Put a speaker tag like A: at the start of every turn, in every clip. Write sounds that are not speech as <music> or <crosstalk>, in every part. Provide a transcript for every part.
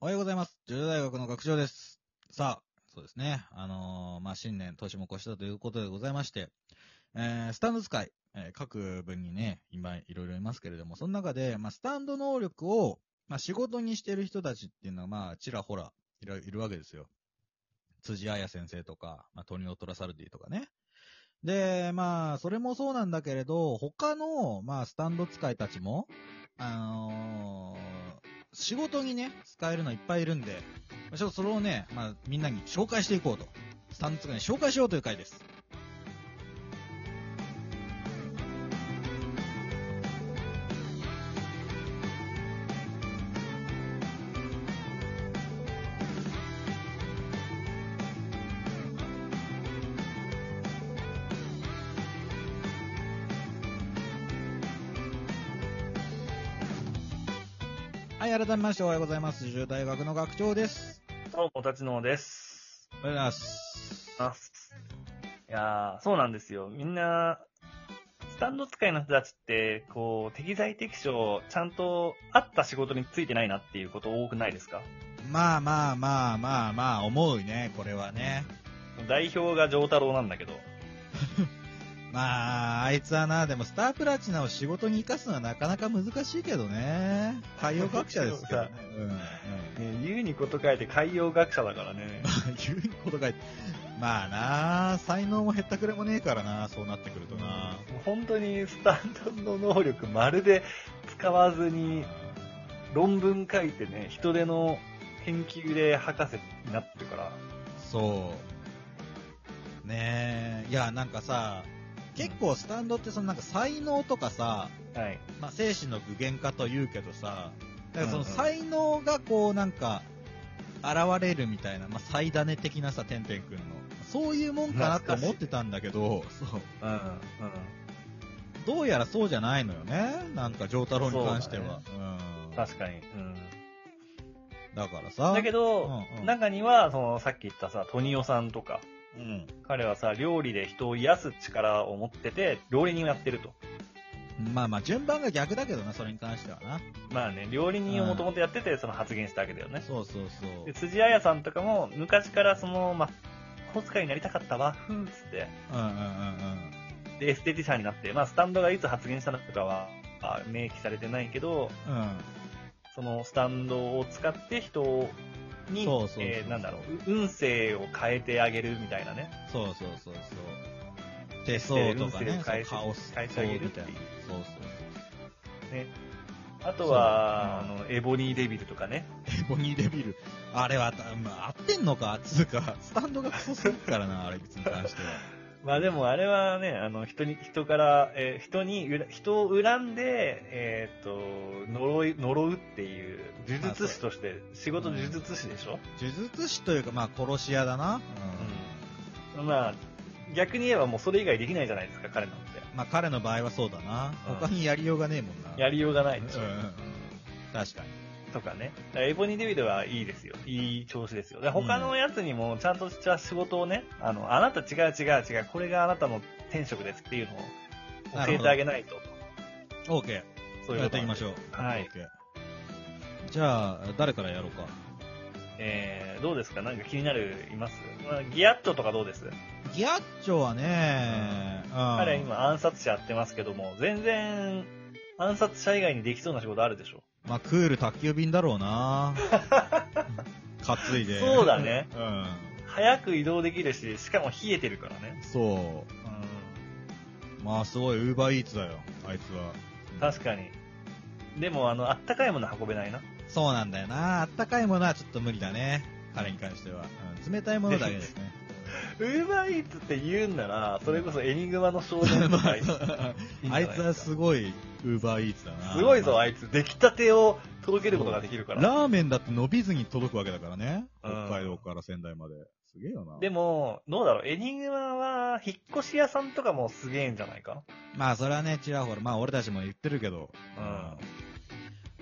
A: おはようございます。女女大学の学長です。さあ、そうですね。あのーまあ、新年、年も越したということでございまして、えースタンド使い、えー各部にね、今いろいろいますけれども、その中で、まあ、スタンド能力を、まあ、仕事にしてる人たちっていうのは、まあ、ちらほらいるいるわけですよ。辻彩先生とか、まあ、トニオトラサルディとかね。で、まあ、それもそうなんだけれど、他の、まあ、スタンド使いたちも、あのー仕事にね、使えるのいっぱいいるんで、まあちょっとそれをね、まあ、みんなに紹介していこうと。スタンド使いに紹介しようという回です。はい、改めましておはようございます。女大学の学長です。
B: どうも、たちのうです。
A: おはようございます。
B: ます。いやー、そうなんですよ。みんな、スタンド使いの人たちって、こう、適材適所、ちゃんと合った仕事についてないなっていうこと多くないですか
A: まあまあまあまあまあ、思うね、これはね。
B: 代表が上太郎なんだけど。
A: まあ、あいつはな、でもスタープラチナを仕事に生かすのはなかなか難しいけどね。対応学者ですけどね。うん、うん。
B: ね、言うにこと書いて海洋学者だからね。
A: 言うことが、まあなあ、才能も減ったくれもねえからな、そうなってくるとな。
B: 本当にスタンドの能力まるで使わずに、論文書いてね、人手の研究で博士になってるから。
A: そう。ねえ、いや、なんかさ、結構スタンドってそのなんか才能とかさ、
B: はい。
A: まあ、精神の具現化と言うけどさ、だからそ
B: う
A: の
B: んうん
A: 才能がこうなんか、現れるみたいな、まあ、最種的なさ、てんてんくんの。そういうもんかなって思ってたんだけど、そう。
B: うん、うん。
A: どうやらそうじゃないのよね。なんか、上太郎に関しては。うん
B: 確かに。うん。
A: だからさ。
B: だけど、
A: うんうん
B: 中には、その、さっき言ったさ、トニオさんとか、
A: うん。
B: 彼はさ、料理で人を癒す力を持ってて、料理人をやってると。
A: まあまあ、順番が逆だけどな、それに関してはな。
B: まあね、料理人をもともとやってて、その発言したわけだよね。
A: そうそうそ
B: で、
A: う。
B: 辻彩さんとかも、昔からその、まあ、小使いになりたかったわ、ふーっつって、
A: うんうんうんうん。
B: で、エステティシャンになって、まあ、スタンドがいつ発言したのかは、まあ明記されてないけど、
A: うん。
B: そのスタンドを使って人に、
A: そうそうそう
B: えーなんだろう、運勢を変えてあげるみたいなね。
A: そうそうそうそう。手相とかね、
B: 運勢を変えて
A: 顔す
B: 変えてあげるって
A: そうみた
B: いう
A: いなそう
B: ね、あとは、あのエボニー・デビルとかね、
A: そうそう。ボニーデビル。あれはた、まあ、合ってんのかつうか、スタンドがクソすぎるから
B: <laughs>
A: な、あれ、いつに関しては。
B: まあでもあれはね、あの人に人から、えー人にうら人を恨んで、えーっと呪い呪うっていう、呪術師として、仕事呪術師でしょ、
A: 呪術師というか、まあ、殺し屋だな。
B: うんまあ、逆に言えばもうそれ以外できないじゃないですか、彼なんて。
A: うん。まあ、彼の場合はそうだな。
B: うん
A: 他にやりようがねえもんな。
B: やりようがない
A: うん
B: でしょ、
A: うんうん。確かに。
B: とかね。だからエボニー・デビルはいいですよ。いい調子ですよ。で他のやつにもちゃんとした仕事をね、あの、あなた違う違う違う、これがあなたの天職ですっていうのを教えてあげないと。
A: オーケー。
B: そういう
A: や
B: こ
A: っ
B: と
A: ていきましょう。
B: はい
A: オーケー。じゃあ、誰からやろうか。
B: えー、どうですかなんか気になる、います、まあ、ギアットとかどうです、
A: ギャッチョはね、うん。
B: 彼は今暗殺者やってますけども、全然、暗殺者以外にできそうな仕事あるでしょ
A: まあ、クール宅急便だろうな担いで。
B: そうだね。
A: うん。
B: 早く移動できるし、しかも冷えてるからね。
A: そ
B: うん。
A: う。まあ、すごい、ウーバーイーツだよ、あいつは。
B: 確かに。でも、あの、あったかいもの運べないな。
A: そうなんだよな。あったかいものはちょっと無理だね。彼に関しては。うん、冷たいものだけですね。
B: ウーバーイーツって言うんなら、それこそエニグマの少年と
A: <laughs> ま
B: か
A: あ
B: いいんじゃ
A: <laughs> あ
B: ないいです
A: つ
B: か
A: はすごい、ウーバーイーツだな。
B: すごいぞ、あ
A: い
B: いつ。出来たてを届けることができるから。
A: ラーメンだって伸びずに届くわけだからね。
B: うん
A: 北海道から仙台まで。すげえよな。
B: でも、どうだろう、エニグマは、引っ越し屋さんとかもすげえんじゃないか
A: まあ、それはね、ちらほら、まあ、俺たちも言ってるけど、
B: うん
A: ま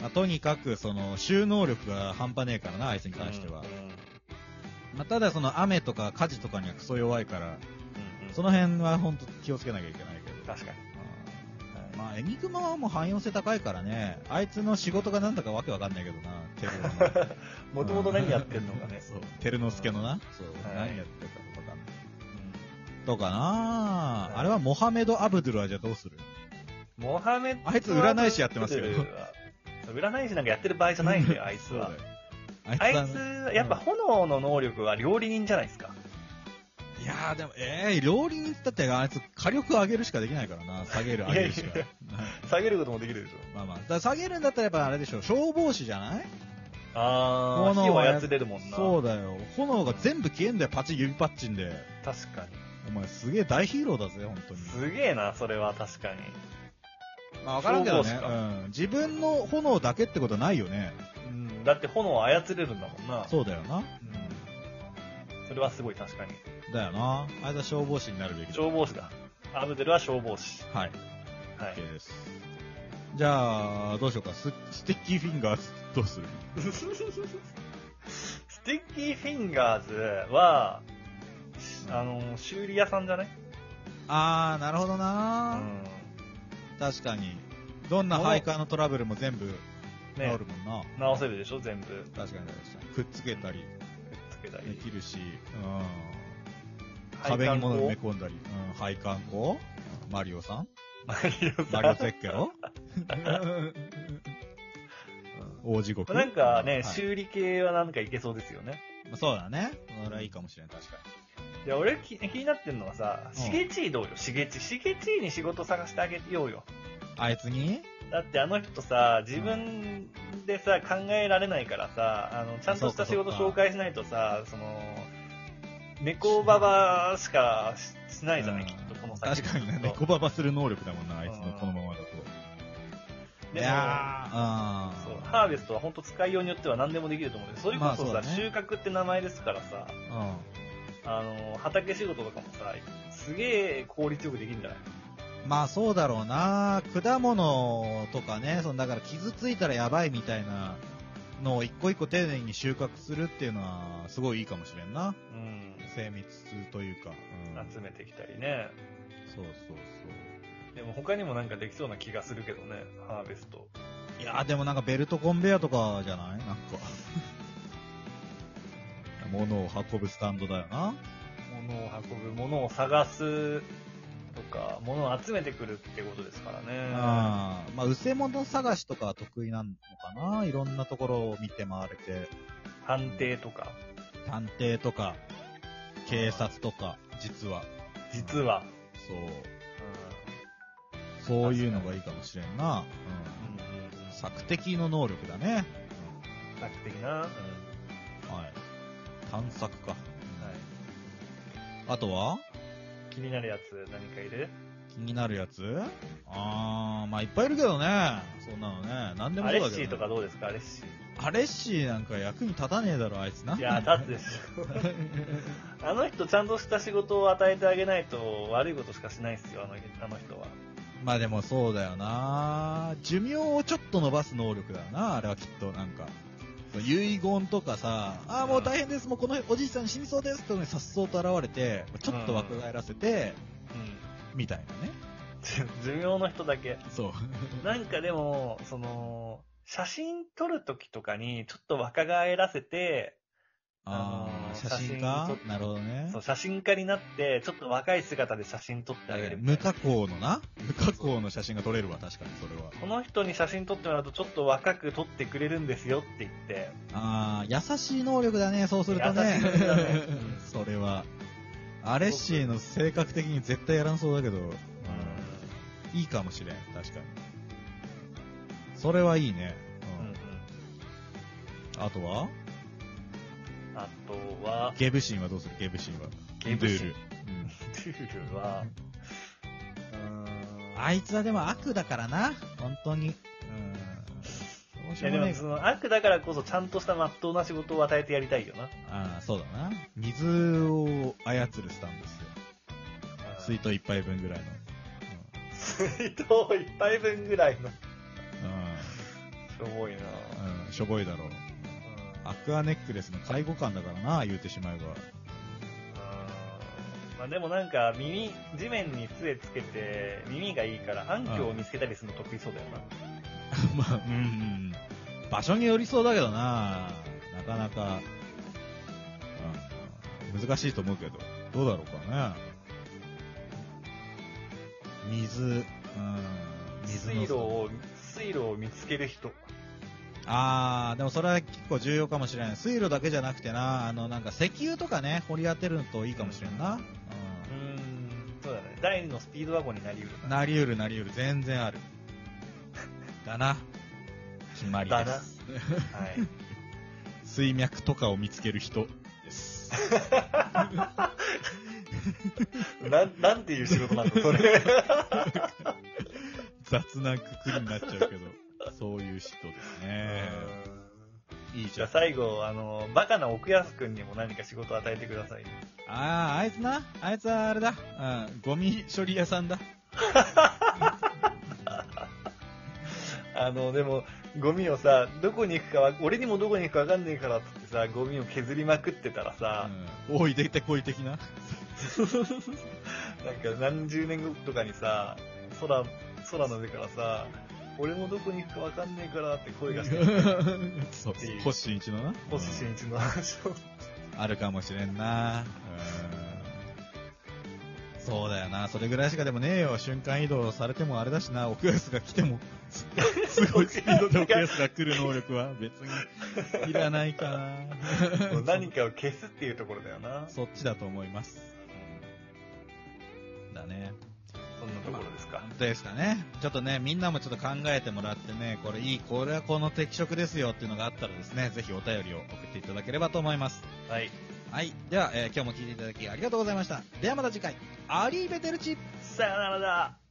A: あ、とにかく、その、収納力が半端ねえからな、あいつに関しては。
B: うんうん
A: まあ、ただ、その、雨とか火事とかにはクソ弱いから、
B: うんうん
A: その辺は本当気をつけなきゃいけないけど。
B: 確かに。
A: う
B: はい
A: まあ、エニグマはもう汎用性高いからね、あいつの仕事がなんだかわけわかんないけど
B: <laughs>
A: な、テルのな。
B: もともと何やってんのかね。
A: そう、テルノスケのな。そう、
B: はい
A: 何やってたのかわかんない。とかなあれはモハメド・アブドゥルはじゃあどうする
B: うんモハメッド
A: あいつ占い師やってますよ
B: 占い師なんかやってる場合じゃないんだよ、あいつ
A: そうだ
B: は
A: よ。あい
B: あい
A: は
B: つ、やっぱ炎の能力は料理人じゃないですか。
A: いやーでも、ええ料理人だってあいつ火力上げるしかできないからな。下げる、上げるしか。
B: いや下げることもできるでしょ。
A: まあまあ。だから下げるんだったらやっぱあれでしょ、消防士じゃない
B: あー、
A: 炎
B: 火を
A: はや
B: 操れるもんな。
A: そうだよ。炎が全部消えんだよ、パチ、指パッチンで。
B: 確か
A: お前すげえ大ヒーローだぜ、本当
B: に。
A: に。
B: すげえな、それは確かに。
A: まあわからんけどね
B: 消防士、
A: うん。自分の炎だけってことはないよね。
B: うん、だって炎を操れるんだもんな。
A: そうだよな。
B: うんそれはすごい確かに。
A: だよな。あいつは消防士になるべきだ。
B: 消防士だ。アブデルは消防士。
A: はい。
B: は
A: OK です。じゃあ、どうしようか。ススティッキーフィンガーズ、どうする
B: い。スティッキーフィンガーズは、あの、修理屋さんじゃない
A: あー、なるほど
B: う
A: なー。
B: ん。
A: 確かに。どんなハイカーのトラブルも全部治
B: ね
A: る、もんな。
B: 直せるでしょ全部。くっ
A: 確かに確かに。くっつけたり
B: つけた
A: で
B: り。
A: きるし、うん、壁に物埋め込んだり、うん、配管工、マリオさん、 <laughs>
B: マリオさん
A: マリオゼッケロ、大地獄。
B: なんかね、
A: はい
B: 修理系はなんかいけそうですよね。
A: まあそうだね。それはいいかもしれない、確かに。
B: いや、俺き気になってんのは
A: う
B: さ、
A: ん
B: しげちいどうよ、しげちい。しげちいに仕事探してあげようよ。
A: あいつに
B: だってあの人さ、自分でさ、考えられないからさ、あの、ちゃんとした仕
A: そ
B: 事
A: うかそう
B: 紹
A: か
B: 介しないとさ、その、猫ババしかししないじゃない、
A: うん
B: きっと、この先。
A: 確かにね、
B: きっと
A: 猫ババする能力だもんな、あいつのこのままだと。
B: で
A: い
B: も
A: やー
B: そう、ハーベストは本当使いようによっては何でもできると思うんで、それこそさ、
A: まあそうだね
B: 収穫って名前ですからさ、
A: うん
B: あの、畑仕事とかもさ、すげえ効率よくできるんじゃない
A: まあそうだろうな。果物とかね、そのだから傷ついたらやばいみたいなのを一個一個丁寧に収穫するっていうのはすごいいいかもしれんな。
B: うん。
A: 精密というか。うん、
B: 集めてきたりね。
A: そうそうそ
B: でも他にもなんかできそうな気がするけどね、ハーベスト。
A: う。いやーでもなんかベルトコンベヤとかじゃないなんか。 <laughs> 物を運ぶスタンドだよな。
B: 物を運ぶ、物を探すとか、物を集めてくるってことですからね。
A: あーまあ、うせ物探しとかは得意なのかな。いろんなところを見て回れて。
B: 判定とか、
A: 探偵とか、警察とか、実は。
B: 実は。
A: そう。そういうのがいいかもしれんな。
B: うんうん
A: う。
B: うんん
A: 索敵の能力だね。
B: 策的な。うん
A: はい。探索か。
B: はい
A: あとは
B: 気になるやつ何かいる
A: 気になるやつあー、まあいっぱいいるけどね。そんなのね。なんでも
B: ア
A: そうだけ
B: レ
A: ど、ね。
B: ッシーとかどうですかアレッシ
A: アレッシーなんか役に立たねえだろ、あいつな。
B: ー。い
A: <laughs>
B: や、立つでしょ。 <laughs> あの人ちゃんとした仕事を与えてあげないと悪いことしかしないですよ、あのあの人は。
A: まあでもそうだよな寿命をちょっと伸ばす能力だよなあれはきっとなんか。遺言とかさ、ああ、もう大変です、もうこのおじいさん死にそうですってのにさっそうと現れて、ちょっと若返らせて、
B: うん。
A: みたいなね。
B: 寿命の人だけ。
A: そう。
B: なんかでも、その、写真撮るときとかに、ちょっと若返らせて、
A: ああ、
B: あのー
A: 写真家
B: 写真撮って
A: なるほどね
B: そう。写真家になって、ちょっと若い姿で写真撮ってあげるみ
A: 無加
B: たいな。
A: 工のな無加工の写真が撮れるわ、確かにそれは。
B: この人に写真撮ってもらうと、ちょっと若く撮ってくれるんですよって言って、
A: ああ、優しい能力だね、そうするとね。
B: 優しい能力だね
A: <laughs> それは。アレッシーの性格的に絶対やらんそうだけど、いいかもしれん、確かに。それはいいね。
B: うんう
A: う
B: ん
A: ん。あとは
B: あとは、 <laughs>
A: ゲブシンはどうするゲブシンは。
B: ゲブシン
A: ドゥール
B: トゥールは、う
A: うん
B: ん
A: あいつはでも悪だからな、本当に。うん。どうし
B: い
A: よう
B: や
A: もね
B: でも
A: え
B: その悪だからこそちゃんとした真っ当な仕事を与えてやりたいよな。
A: ああ、そうだな。水を操るスタンドですよ。水筒一杯分ぐらいの。
B: 水筒一杯分ぐらいの。しょぼいな
A: うん。うん。しょぼいだろう。アクアネックレスの介護官だからな、言うてしまえば。
B: うんまあ、でもなんか耳、地面に杖つけて耳がいいから暗渠を見つけたりするの得意そうだよな。
A: まあ、うん、うん。場所によりそうだけどな、なかなか、うん、難しいと思うけど、どうだろうかね。水、うん、水
B: 水
A: の
B: 路を、水路を見つける人。
A: あー、でもそれは結構重要かもしれない。水路だけじゃなくてな、あの、なんか石油とかね、掘り当てるといいかもしれんな。
B: うーん、そうだね。第二のスピードワゴンになりうる
A: うん。なりうるなりうる、全然ある。だな。決まりで
B: だな
A: す。
B: はい。
A: 水脈とかを見つける人です。
B: なん、 <laughs> なんていう仕事なんだ、それ。
A: 雑なくくりになっちゃうけ
B: <laughs>
A: ど、そういう人ですね。いい
B: じ
A: じ
B: ゃ
A: ゃ
B: あ
A: ん。
B: 最後、あの、バカな奥安くんにも何か仕事を与えてください。
A: ああ、あいつな。あいつはあれだ。うん、ゴミ処理屋さんだ。
B: あの、でも、ゴミをさ、どこに行くかわ、俺にもどこに行くかわかんねえからっつってさ、ゴミを削りまくってたらさ、
A: うん、おい、出てこい的な。
B: なんか何十年後とかにさ、空、空の上からさ、俺もどこに行くかわかんねえからって声がしてる、
A: <laughs> そう
B: っていう、
A: 星新一のな。
B: 星新一の話を。
A: うんあるかもしれんな。うん。そうだよな。それぐらいしかでもねえよ。瞬間移動されてもあれだしな。奥安が来て
B: <laughs>
A: も、すすごいスピードで奥安が来る能力は別にいらないか
B: <laughs>
A: な
B: もう。何かを消すっていうところだよ
A: <laughs>
B: な。
A: そっちだと思います。だね。
B: そんなところですか。
A: ですかね。ちょっとね、みんなもちょっと考えてもらってね、これいい、これはこの適色ですよっていうのがあったらですね、ぜひお便りを送っていただければと思います。
B: はい。
A: はい。では、えー今日も聞いていただきありがとうございました。ではまた次回、アリーベテルチ
B: さよならだ